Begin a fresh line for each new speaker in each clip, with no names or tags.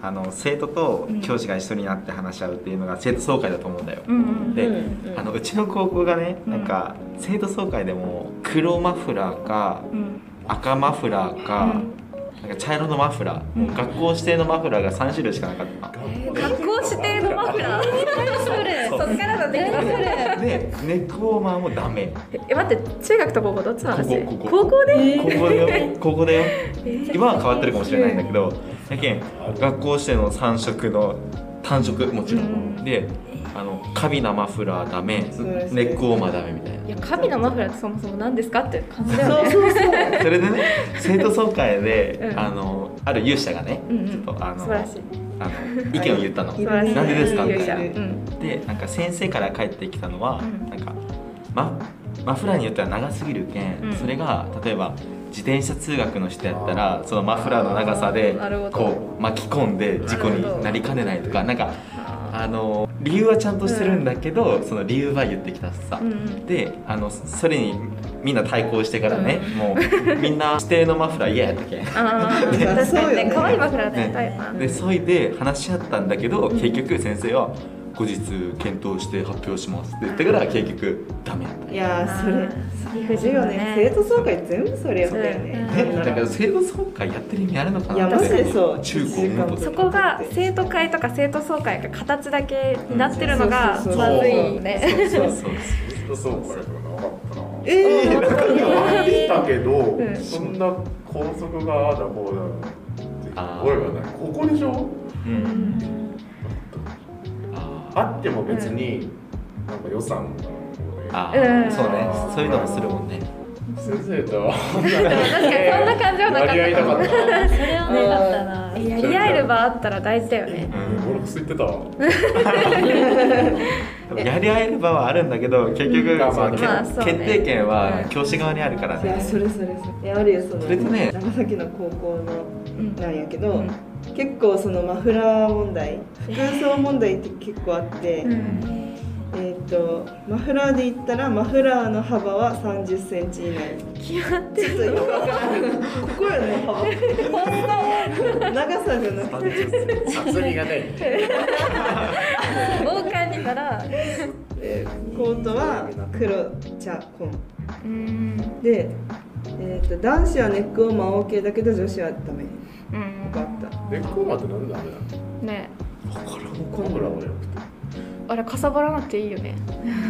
あの生徒と教師が一緒になって話し合うっていうのが生徒総会だと思うんだよ、
うんうん
で、
うんうん
あのうちの高校がね
うん
なんか生徒総会でも黒マフラーか
うん
赤マフラーか、なんか茶色のマフラー、
うん
学校指定のマフラーが3種類しかなかった
学校指定のマフラー
それ
そっからだね
何それ
でネックウォーマーもダメ
え待って中学と高校どっちの話
ここここ
高校で、
ここだよここだよ
え
今は変わってるかもしれないんだけどやけん学校指定の3色の単色もちろん、
うん
であのカビなマフラーダメネ
そうです
ックウォーマーダメみたいない
や神のマフラーってそもそも何ですかって感じだよ
そう
ね
そうそう
それでね生徒総会で、
うん
あのある勇者がね
うんうん
ちょっとあの
素晴らしい
あの意見を言っ たの
素晴らしい
なんでですか
勇者
みたいな
うん
でなんか先生から帰ってきたのは、
うん
なんかママフラーによっては長すぎるけん、
うん
それが例えば自転車通学の人やったらそのマフラーの長さで
あーなるほど
こう巻き込んで事故になりかねないとかなんかあの理由はちゃんとしてるんだけど、その理由は言ってきたしさ、
うんうん
であのそれにみんな対抗してからね、もうみんな指定のマフラー嫌やったけん。
あー
ね
確かにね
そうよね
可愛いマフラーね
ね
あ
でそいで話し合ったんだけど、結局先生は後日検討して発表しますって言ってから結局ダメだった
いやーそれそれ不自由よね
そうだね
生徒総会全部それやったよね
そう
え
ん
だから生徒総会やってる意味あるのかない
やマジでそう
中高もっと
そこが生徒会とか生徒総会が形だけになってるのが
うんそう
まずい
そ
ね。
うそうそう
人総会とかなかったな。
えー
なんかできたけど
ん、
そんな高速があだこうだの。
あー
俺はない。ここでしょ。
うんあ
あっても別になんか予算がこう
ー
で
あ
うん
ーそうねそういうのもするもんね
先生とは
確かにそんな感じはなかっ
割合なかった。
それはなかったな
た。やり合える場あったら大事だよね。
うんボロクソ言ってたわ。
やり合える場はあるんだけど結局、
うんまあ
その
まあそうね
決定権は
うん
教師側にあるから
いや
ね、
それそれそれいやあるよその
それとね
長崎の高校の
うん
なんやけど、
うん
結構そのマフラー問題服装問題って結構あっ て、
うん
えっ、とマフラーで言ったらマフラーの幅は3 0センチ以内
決まって
ちょっとよくわからないここよね幅長さじゃなくて
厚みがね。
防寒になら、
えーコートは黒茶紺
うん
で、えー、と男子はネックウォーマー OK だけど女子はダメ
う
と
ん
かあった
ネックウォーマーってなんでダメなの？
ね
コブラはよくて。
あれかさばらなくていいよね。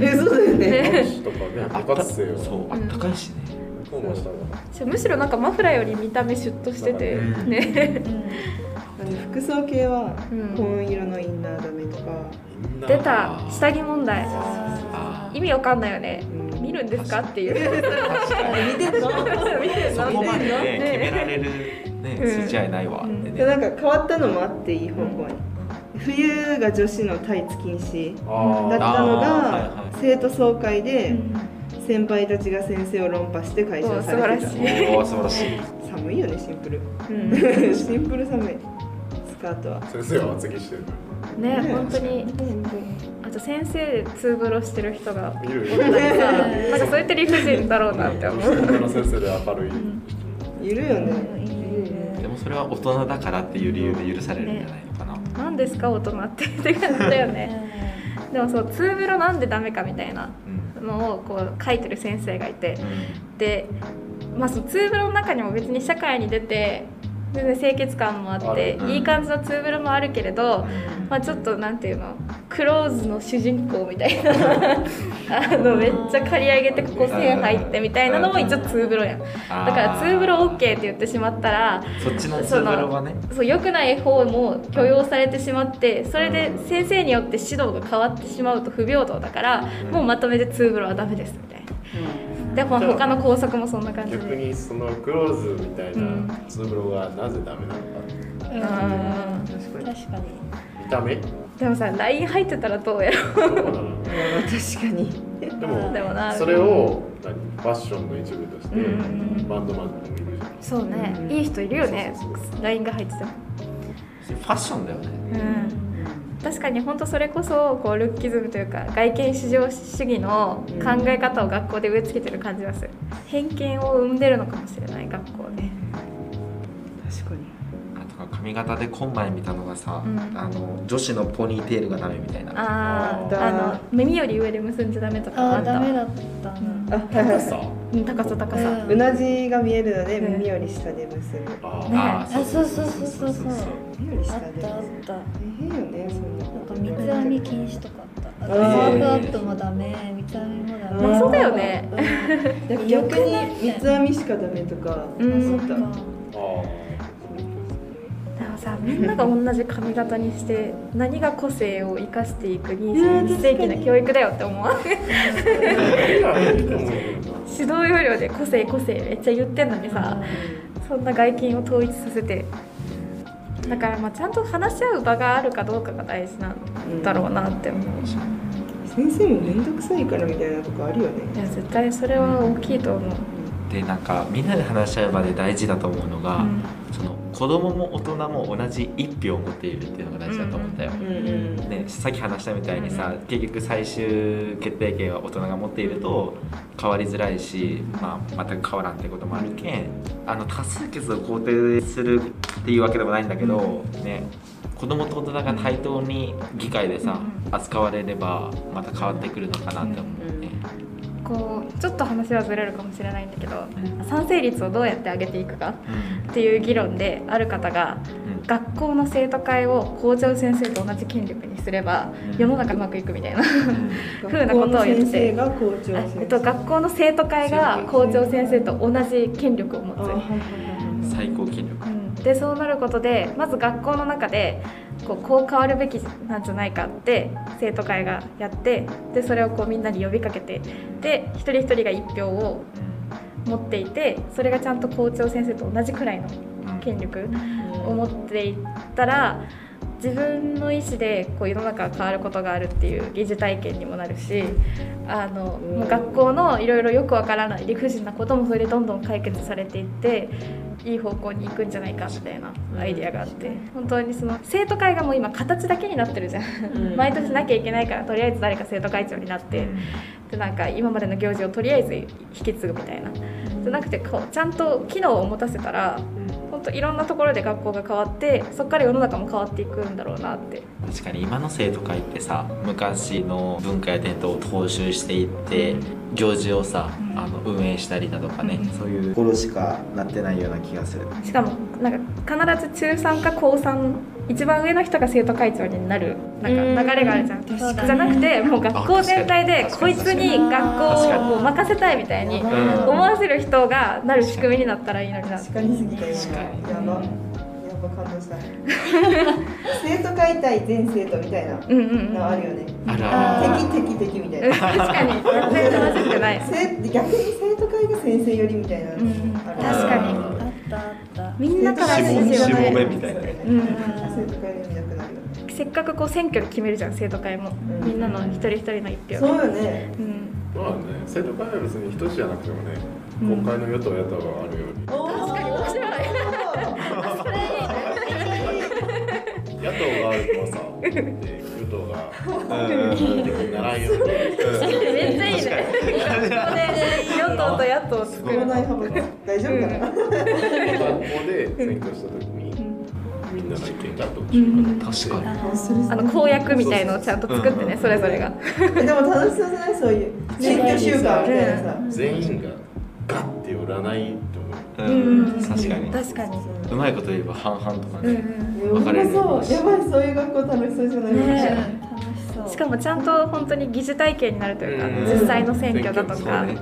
えそうだよね
男子とかね、部活生は。
そうあったかいしね、
ネックウォーマーしたのか
そうむしろなんかマフラーより見た目シュッとしてて
うん
ね。
あの服装系は
うん
紺色のインナーダメとか、
な
出た下着問題。
あー
意味わかんないよね。見るんですかっていう。
確かに
見てんの見 てん
そ
の
こまで
見てん
ね
ね
決められるね
うん
筋合いないわって
う
の
ね
でなんか変わったのもあっていい方向に、冬が女子のタイツ禁止だっ
あ
たの
あーはいは
が
い
生徒総会で先輩たちが先生を論破して解消されて
おー素晴らしい
おお素晴らしい
た寒いよねシンプル
うん
シンプル寒いスカートは
あ。先生は厚着してる。
ね本当にあと先生で通風呂してる人が
見る。
なんかそうやって理不尽だろうなって思う
僕の先生で明るい人。
いるよね
でもそれは大人だからっていう理由で許されるんじゃないのかな、
何ですか大人ってって感じだよねでもそう通風呂なんでダメかみたいな
うん
のをこう書いてる先生がいて
うん
でまあその通風呂の中にも別に社会に出て全然清潔感もあ
あ
って
る
いい感じの通風呂もあるけれどまあちょっとなんていうのクローズの主人公みたいな あのめっちゃ刈り上げてここ線入ってみたいなのも一応通風呂やんだ
だ
から通風呂 OK って言ってしまったら
そっちの通風呂はね
そう良くない方も許容されてしまってそれで先生によって指導が変わってしまうと不平等だからもうまとめて通風呂はダメですみたいなでほ
じゃあ
他の校則もそんな感じで
逆にそのクローズみたいな通風呂がなぜダメなのか
う
うん
ん
確かに
確かに。
見た目ど
でもさ LINE 入ってたらどうやろ
うなの
確かに
で
う
も
でもな
それを何ファッションの一部として
うん
バンドマンとかもいるじゃん
そうねいい人いるよね
そうそうそ
LINE が入ってても
それファッションだよね
うん確かに本当それこそこうルッキズムというか外見至上主義の考え方を学校で植え付けてる感じがする偏見を生んでるのかもしれない学校で
確かに
あとか髪型で今晩見たのがさ、
うん
あの女子のポニーテールがダメみたいな
あー
あ
あ
ー
の耳より上で結んじゃダメとか
あ
あ
あ
ったわ
ダメだったな、
うん
あはいはい
さ
うん高さ高さ
うん
うなじが見えるので耳より下で結ぶ
あ
ね
あー
あそうそうそうそうそう
耳より
あ
下
っ
で
たあっ
結ぶ
た
大変よねそんな
なんか三つ編み禁止とかあったあと
えー
ワークアップもダメ三つ編みもダメ、
まあそうだ
よね
だから逆に三つ編みしかダメとか
う
うんん
あそっか
あー
でもさみんなが同じ髪型にして何が個性を生かしていく
うん
21世紀の教育だよって思う
いやいいと思うけどな
指導要領で個性個性めっちゃ言ってんのにさそんな外見を統一させてだからまあちゃんと話し合う場があるかどうかが大事なん
うん
だろうなって思うし
先生も面倒くさいからみたいなとこあるよ
い
ね
や絶対それは大きいと思う、
でなんかみんなで話し合う場で大事だと思うの
う
が、
ん
その子供も大人も同じ一票を持っているっていうのが大事だと思ったよ、
うんうん
ね、さっき話したみたいにさ、
う
結局最終決定権は大人が持っていると変わりづらいし、まあ、全く変わらんってこともあるけんあの多数決を肯定するっていうわけでもないんだけど、ね、子供と大人が対等に議会でさ、扱われればまた変わってくるのかなって思うね。
こうちょっと話はずれるかもしれないんだけど賛成率をどうやって上げていくかっ
うん
ていう議論である方が学校の生徒会を校長先生と同じ権力にすれば
うん
世の中うまくいくみたいな、
うん
ふうなことを言って
学校の先生が校長
あ
先 生
えっと、学校の生徒会が校長先生と同じ権力を持
あは
つ、
いはいはい はい
最高権力
うん、でそうなることでまず学校の中でこうこう変わるべきなんじゃないかって生徒会がやってでそれをこうみんなに呼びかけてで一人一人が1票を持っていてそれがちゃんと校長先生と同じくらいの
うん
権力を持っていったら自分の意思でこう世の中が変わることがあるっていう疑似体験にもなるしあの
うん
もう学校のいろいろよくわからない理不尽なこともそれでどんどん解決されていっていい方向に行くんじゃないかみたいなアイディアがあって本当にその生徒会がもう今形だけになってるじゃん。
うん
毎年なきゃいけないからとりあえず誰か生徒会長になってでなんか今までの行事をとりあえず引き継ぐみたいなじゃなくてこうちゃんと機能を持たせたら本当いろんなところで学校が変わってそこから世の中も変わっていくんだろうなって
確かに今の生徒会ってさ昔の文化や伝統を踏襲していって行事をさ、
うん
あの運営したりだとかね、
うん
そういう頃しかなってないような気がする
しかもなんか必ず中3か高3一番上の人が生徒会長になるなんか流れがあるじゃん。
確
かに
じゃなくてもう学校全体で
あ確
こ
かに
いつに学校を任せたいみたいに
うん
思わせる人がなる仕組みになったらいいのになって
確かにすぎたよ
確かに
やばやば感動した生徒会対全生徒みたいな
うんうんうん
のあるよね
あるある
敵敵敵みたい
うん
な
確かに全然楽しくない
生逆に生徒会が先生よりみたいなのある
確かに
あったあった
みんなから
指紋
指示を
指紋目
ね
みたいなね
うん
生徒会で見なくなるよね
せっかくこう選挙で決めるじゃん生徒会もみんなの一人一人の一票
そうよね
うん
まあね生徒会は別に一つじゃなくてもね
う
国
ん
会の与党野党があるように
確
かに面白いそれ
野党がある とさで与党が敵にならんよう に
めっちゃいいね。ここで与党と野党を作る。
党内派閥大丈夫かな、
学校で選挙した時にみんなの意見がどっちにか
確か
あの公約みたいのをちゃんと作ってね、それぞれが。
でも楽しそうじゃないそういう選挙週間みたいなさ、
全員がガッて寄らないと思う
に、
うん
うん確かに
確かに。
うまいこと言えば半々とか
うんう
ね、
ん
え面白そうやばいそういう学校楽しそうじゃないですか、
ね
楽しそう
しかもちゃんと本当に疑似体験になるというか、
うん
実際の選挙だと
選
か
挙。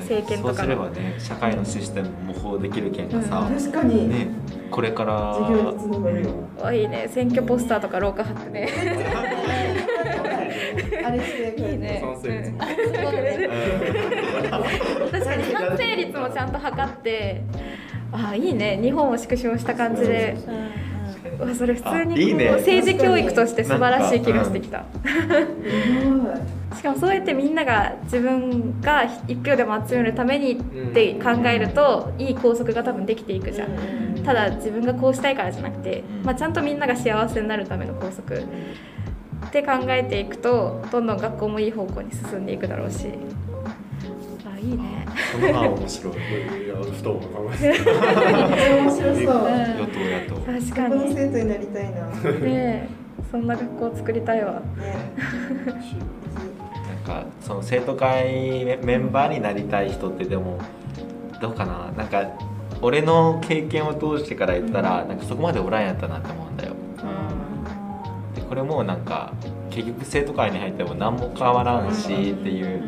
政権と
そ
か
う
の
すればね社会のシステムも模倣できるけんがさ、
確かに、
ね、これから
授業につながるよ
おいいね、選挙ポスターとか廊下貼ってね。
あれしてこうやって
いいね
賛成率も
確かに反省率もちゃんと測って。あ、いいね、日本を縮小した感じで。
うんうん
うわそれ普通
あ
にこう
いいね
政治教育として素晴らしい気がしてきた。
すごい
しかもそうやってみんなが自分が1票でも集めるためにって考えるといい校則が多分できていくじゃん。ただ自分がこうしたいからじゃなくて、まあ、ちゃんとみんなが幸せになるための校則って考えていくとどんどん学校もいい方向に進んでいくだろうしあいいね
その案面白い。いや、ふと思いました。
面白そう。
うん
与党野党
確
こ
か
の
に
生徒になりたいな。ね。
ねそんな学校作りたいわ
なんかその生徒会メメンバーになりたい人ってでもどうかななんか俺の経験を通してから言ったらなんかそこまでおらんやったなって思うんだよでこれもなんか結局生徒会に入っても何も変わらんしっていう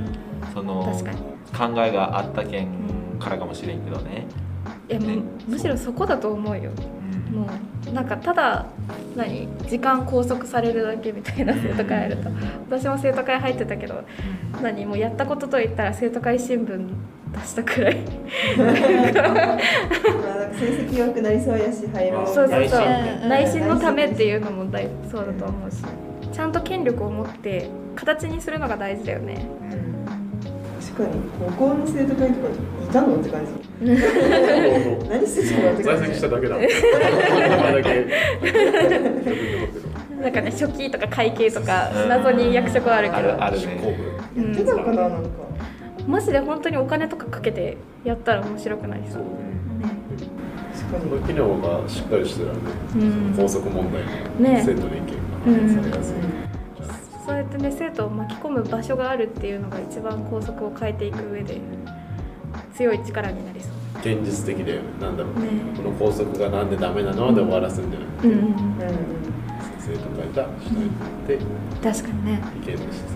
その
確かに
考えがあったけんからかもしれんけどね、
いや
ね
むむしろそこだと思うよもうなんかただ何時間拘束されるだけみたいな生徒会やると私も生徒会入ってたけど何もうやったことといったら生徒会新聞出したくらい
まあなんか成績良くなりそうやし、入ろう。
そうそうそう
うん
内心のためっていうのも大そうだと思うしちゃんと権力を持って形にするのが大事だよね
うん
確かに高校の生徒会とかいたのって感じ。何してたのって
在
感
籍
じ
した。だけだ。名前だけ。
なんかね初期とか会計とか謎に役職はあるけ
ある
ど
ある
執行
ね
部。
うん
出たのかななんか。
マジで本当にお金とかかけてやったら面白くなりそ
そうう。
確か
こ
に
の。機能がしっかりしてるんで、
うん
校則問題
ね
の生徒の意見がされやすい。
そうやってね生徒を巻き込む場所があるっていうのが一番校則を変えていく上で強い力になりそう
現実的で、なんだろう。
ね
この校則がなんでダメなので終わらすんじゃなくて、
うん
うん
生徒会が主体で
確かにね
意見をして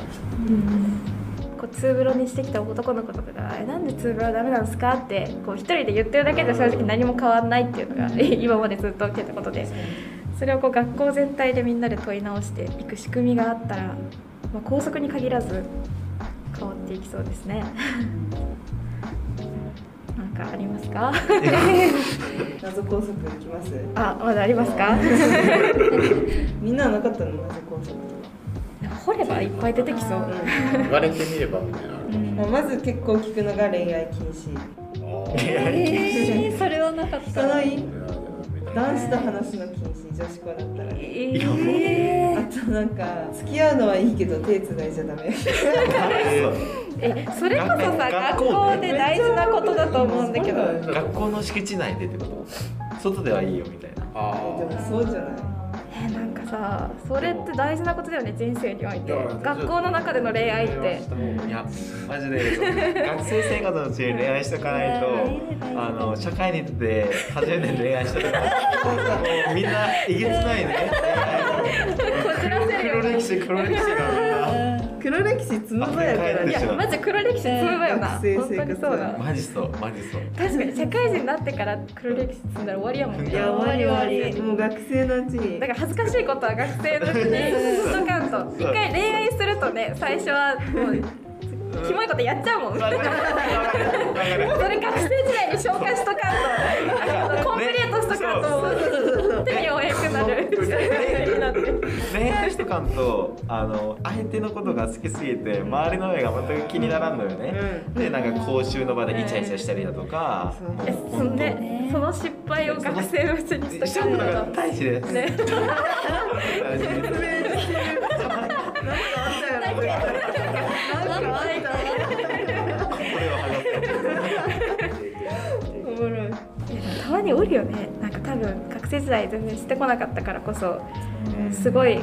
こうツーブロにしてきた男の子とかが「えなんでツーブロはダメなんですか?」ってこう一人で言ってるだけで正直何も変わんないっていうのが今までずっと受けたことでそれをこう学校全体でみんなで問い直していく仕組みがあったら、まあ、校則に限らず変わっていきそうですね。 なんかありますか
うん。謎校則いきます。
あまだありますか
みんなはなかったの謎校則とか。
掘ればいっぱい出てきそう。
言われてみればみたいなのあるかも
うんまあまず結構聞くのが恋愛禁止。
しれない。
え ーそれはなかっ
聞
た
か
な
ない。
あ
男子と話すの禁止、女子校だったら。
え
あとなんか付き合うのはいいけど手繋いじゃダメ。
えそれこそ
学
さ学
校
校で大事なことだと思うんだけど
めっちゃ
ー
学校の敷地内でってこと外ではいいよみたいな
あ
で
ー
もそうじゃない。
えなんかさそれって大事なことだよね人生において
いや
学校の中での恋愛って
いやマジで学生生活のうちに恋愛しとかないとあの社会に出て初めて恋愛したと かみんなえげつないね
こじらせるよ
黒
ね
歴史黒歴史が
うん
黒歴史つまばやから
い
い
ね。
やマジ黒歴史積むわよな
学生
本当にそうだ
みんなマジそうマジそう
確かに社会人になってから黒歴史積んだら終わりやもんね
いや終わり終わり。もう学生のうちに
だ。から恥ずかしいことは学生のうちにしとかんと一回恋愛するとね最初はもうキモいことやっちゃうもん
わかるわかるわかる
それ学生時代に消化しとかんとあのコンプリートしとかんともう手に負えなくなる
そう
になって
恋愛しとかんとあの相手のことが好きすぎて周りの目が全く気にならんのよね、
うん。
でなんか講習の場でイチャイチャしたりだとか、
うん
もう
えそんで
ね
その失敗を学生のうちにし
シ
と
ョ
か
ッ
ん
クが
と
大事です。
ね
大事ですこれは
なんかあったよな。
話せない
おもろい。
たまにおるよねなんか多分学生時代全然してこなかったからこそすごい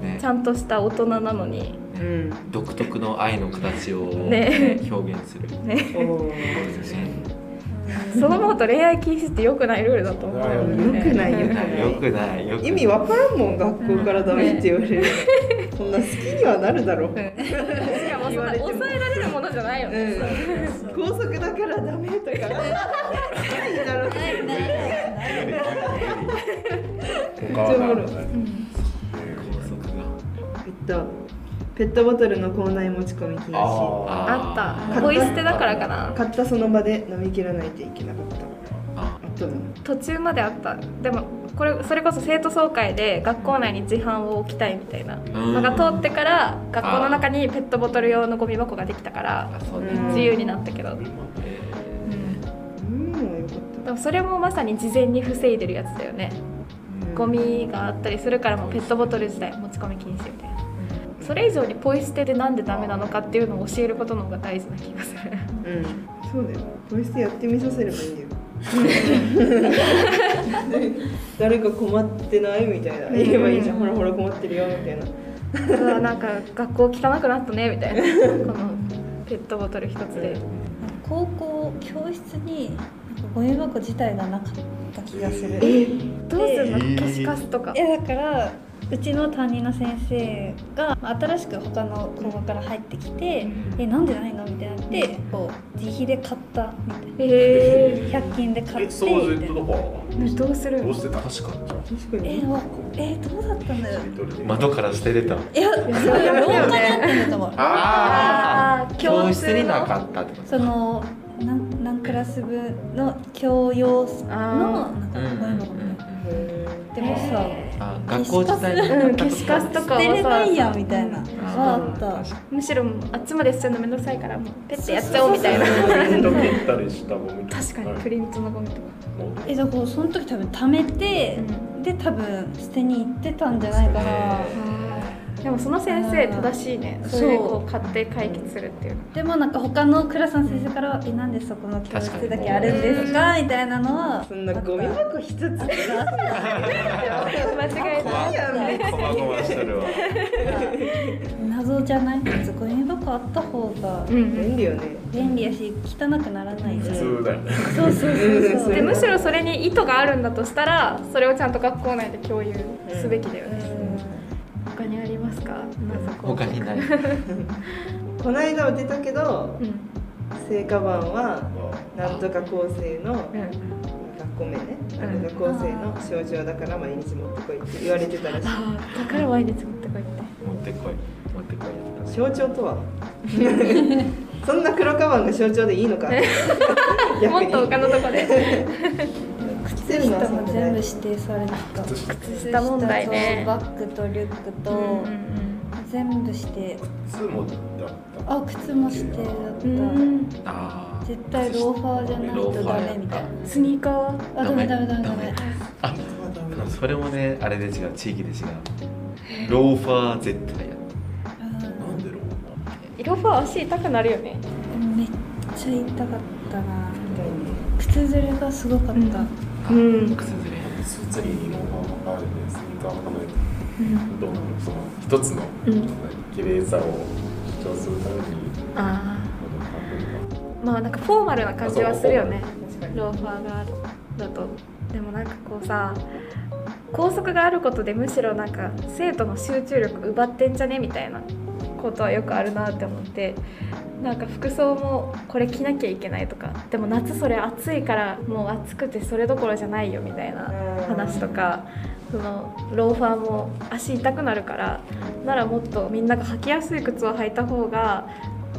ね
ちゃんとした大人なのに
うん。
独特の愛の形を
ね
ね表現する。
ね
おお。
そう思うと恋愛禁止って良くないルールだと思うよね
良くない良くない
よくないよくない。
意味わからんもん学校からダメって言われる。そんな好きにはなるだろう。
しかもそんな抑えられるものじゃないよね、
うん。高速だからダメとか。なるほど。
ないないないない
他はなんかね
法則が
えっと、ペットボトルの校内持ち込み禁止
あ
あっ
ー
たポイ捨てだからかな
買ったその場で飲み切らないといけなかった
あ
あと
途中まであったでもこれそれこそ生徒総会で学校内に自販を置きたいみたいなのが通ってから学校の中にペットボトル用のゴミ箱ができたから
あそうね。
うん
自由になったけど、
え
うんよかっ
でもそれもまさに事前に防いでるやつだよね
た
ゴミがあったりするからもうペットボトル自体持ち込み禁止みたいな
ー
それ以上にポイ捨てでなんでダメなのかっていうのを教えることの方が大事な気がする
うんそうだよポイ捨てやってみさせればいいんだよ誰か困ってないみたいな言えばいいじゃん、ほらほら困ってるよみたいな
うわなんか学校汚くなったねみたいな このペットボトル一つで
高校教室にゴミ箱自体がなかった気がする。
どうするの
えー
消しカスとか
いやだからうちの担任の先生がまあ新しく他の高校から入ってきて「えなんでないの?」みたいになってこう自費で買ったみたい
え
な100均で買
え
って
掃除
みたい
と
な
か
ー、どうする
どう
の
してた確か
確
に
か
え
に
わえどうだったんだよ
窓から捨ててた
いやそれ廊下にあったんだと思う
あ
あー
教室になかったってこと
そのなん何クラス分の教養の
あ
なんか
うんうん
こういうのも
うん
でもさ
あ学校自体に
うん消しカスとか
捨てれな
はいさ
やみたいなはあった
むしろあっちまで捨てるのめんどくさいからもうペッてやっちゃおうみたいな
プリント切ったりしたゴミ
確かにプ
リ
リントのゴミとか、
えだからその時多分貯めてで多分捨てに行ってたんじゃないかな
でもその先生正しいね
うん
それでこう買って解決するっていうの
でもなんか他のクラスの先生からは「えなんでそこの教室だけあるんですか?」みたいなのは
そんなゴミ箱一つって
間違えた
こまごまして るわ
謎じゃないゴミ箱あった方が
うんうん
便利よね
便利やし汚くならないじゃん
普通だよね
そうそうそうそう
でむしろそれに意図があるんだとしたらそれをちゃんと学校内で共有すべきだよね、他にありますか謎こう
他に ない
この間は出たけど
うん
聖火版はなんとか構成の
うん
学校名ねなんとか構成の症状だから毎日持ってこいって言われてたらしい
ああだから毎日持ってこいって
持ってこい持ってこい
象徴とは そんな黒カバンが象徴でいいの か
も
逆
っと
に
他のとこで
靴下も全部指定されてた
靴下
靴下問題ね
バッグとリュックと、全部指定
靴もだった
あ靴も指定だった、
うんうん
あー
絶対ローファーじゃないとダメみたい
スニーカーは
なあダメダメダメダ
ダメ
メ
それもねあれで違う地域で違うローファー絶対やる
なんでろう
色ファー足痛くなるよね
うんめっちゃ痛かったな靴ずれがすごかった、
うんうん
靴ずれ
なスーツにローファーがあるんでスニーカーをはめて
うん
どうなのその一つの
うん
綺麗さを主張するために
ああまあなんかフォーマルな感じはするよね
確かに
ローファーがだとでもなんかこうさ校則があることでむしろなんか生徒の集中力奪ってんじゃねみたいなことはよくあるなって思ってなんか服装もこれ着なきゃいけないとかでも夏それ暑いからもう暑くてそれどころじゃないよみたいな話とかそのローファーも足痛くなるからならもっとみんなが履きやすい靴を履いた方が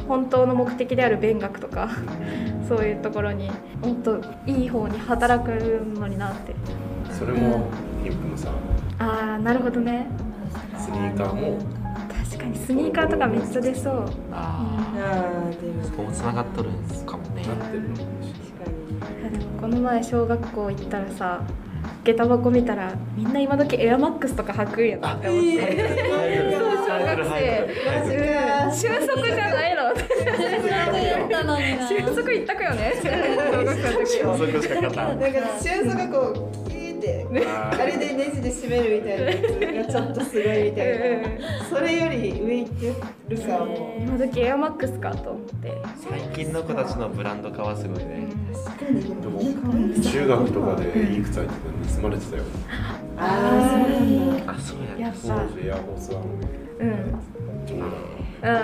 本当の目的である勉学とか そういうところにもっといい方に働くのになって
それも貧富の差
あーなるほどね
スニーカーも
確かにスニーカーとかめっちゃ出そう
あ
あーでも
ーそこも繋がっとるんすかもね
なってるのかもし
確かに
この前小学校行ったらさ下駄箱見たらみんな今時エアマックスとか履くんやなって思って、そう小学生うん収束じゃない の
やったのにな
収束一択よね
しか勝たん
なんかシューズがこうキーって
あ
あれでネジで締めるみたいなやつがちょっとすごいみたいなそれより上行ってるさも
今時エアマックスかと思って
最近の子たちのブランド化はすごいね
でも中学とかでいくつ入ってたの盗まれてたよ
あーそうなんだ
あそうや
やっ
当
ぱ
時エアホースワン
うん
冗
う
談
ん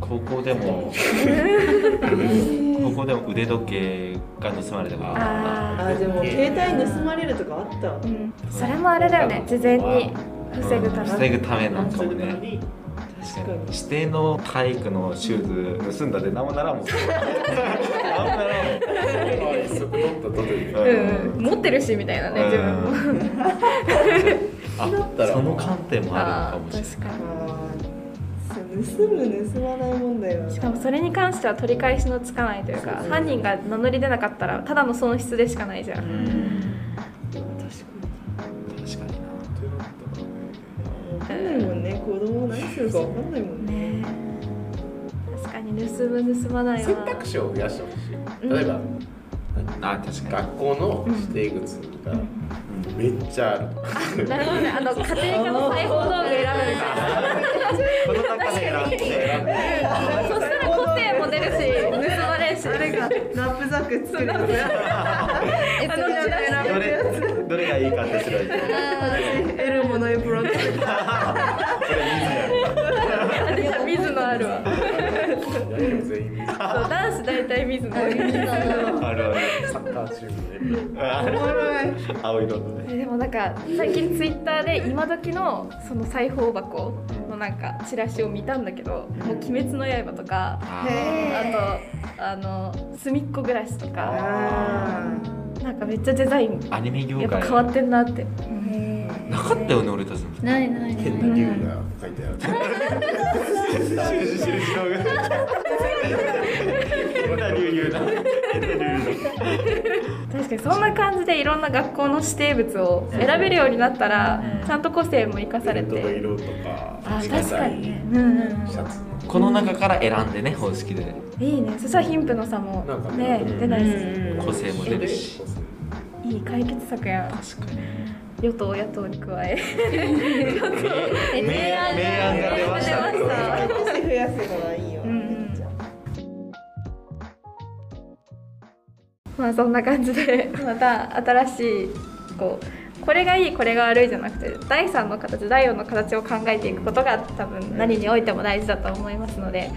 高校で も高校でも腕時計が盗まれたことあっ
あーでも携帯盗まれるとかあったわ
うんそれもあれだよね事前に防ぐ
た
ため
防ぐためなんかもね
確かに
指定の体育のシューズ盗んだでなおならんもんなおならんもん
あ一足取ったとで
うん持ってるしみたいなね自分も
うんあその観点もあ
あ
るのかもしれな
ー
い
確かに
あーそう盗む盗まない問題は
しかもそれに関しては取り返しのつかないというか犯人が名乗り出なかったらただの損失でしかないじゃん
確かにな
分かんないもんね子供何するか分かんないもんね
ね確かに盗む盗まないは
選択肢を増やしてほしい例えば、
うん
あ確か
学校の指定靴が
に、
めっちゃある
あなるほどねあの家庭科の裁縫道具選べるから
この中で選んでね
そしたら個性も出るし盗まれるし
あれがラップザック作るのが
え
あのね
違う
どれどれがいいかって白いそれ
エルモのエプロン
私は水野あるわ
全員サ
そう男子大体水野ある
あるある
ッカーチームの
あ
おもろい
青色のね
えでもなんか最近ツイッターで今時のその裁縫箱のなんかチラシを見たんだけど「もう鬼滅の刃」とか
へ
あとあの「すみっこ暮らし」とか
あ
なんかめっちゃデザイン
アニメ業
や
界
っぱ変わってんなって
へー
なかったよね俺たちの
ないないない
変な竜が書いてある
印印の上変な理由な
確かにそんな感じでいろんな学校の指定物を選べるようになったら
うん
ちゃんと個性も生かされ
ベルトの
て
色とか
あ
短
確かに
い
ねうんうんうん
シャツ
この中から選んでね方式で
いいねそしたら貧富の差も
なんかね
ね出ないし
ー
個性も出るし
個性
いい解決策やん
確かに
与党野党に加え
え明暗
明暗
が
が出ました
出ました
個性増やすのはいいよ
うんうん
めっちゃ
まあそんな感じでまた新しいこうこれがいいこれが悪いじゃなくて第3の形第4の形を考えていくことが多分何においても大事だと思いますので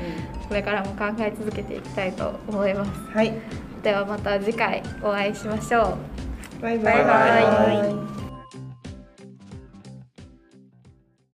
これからも考え続けていきたいと思います
はい
ではまた次回お会いしましょう
バイ
バイバイ
バイ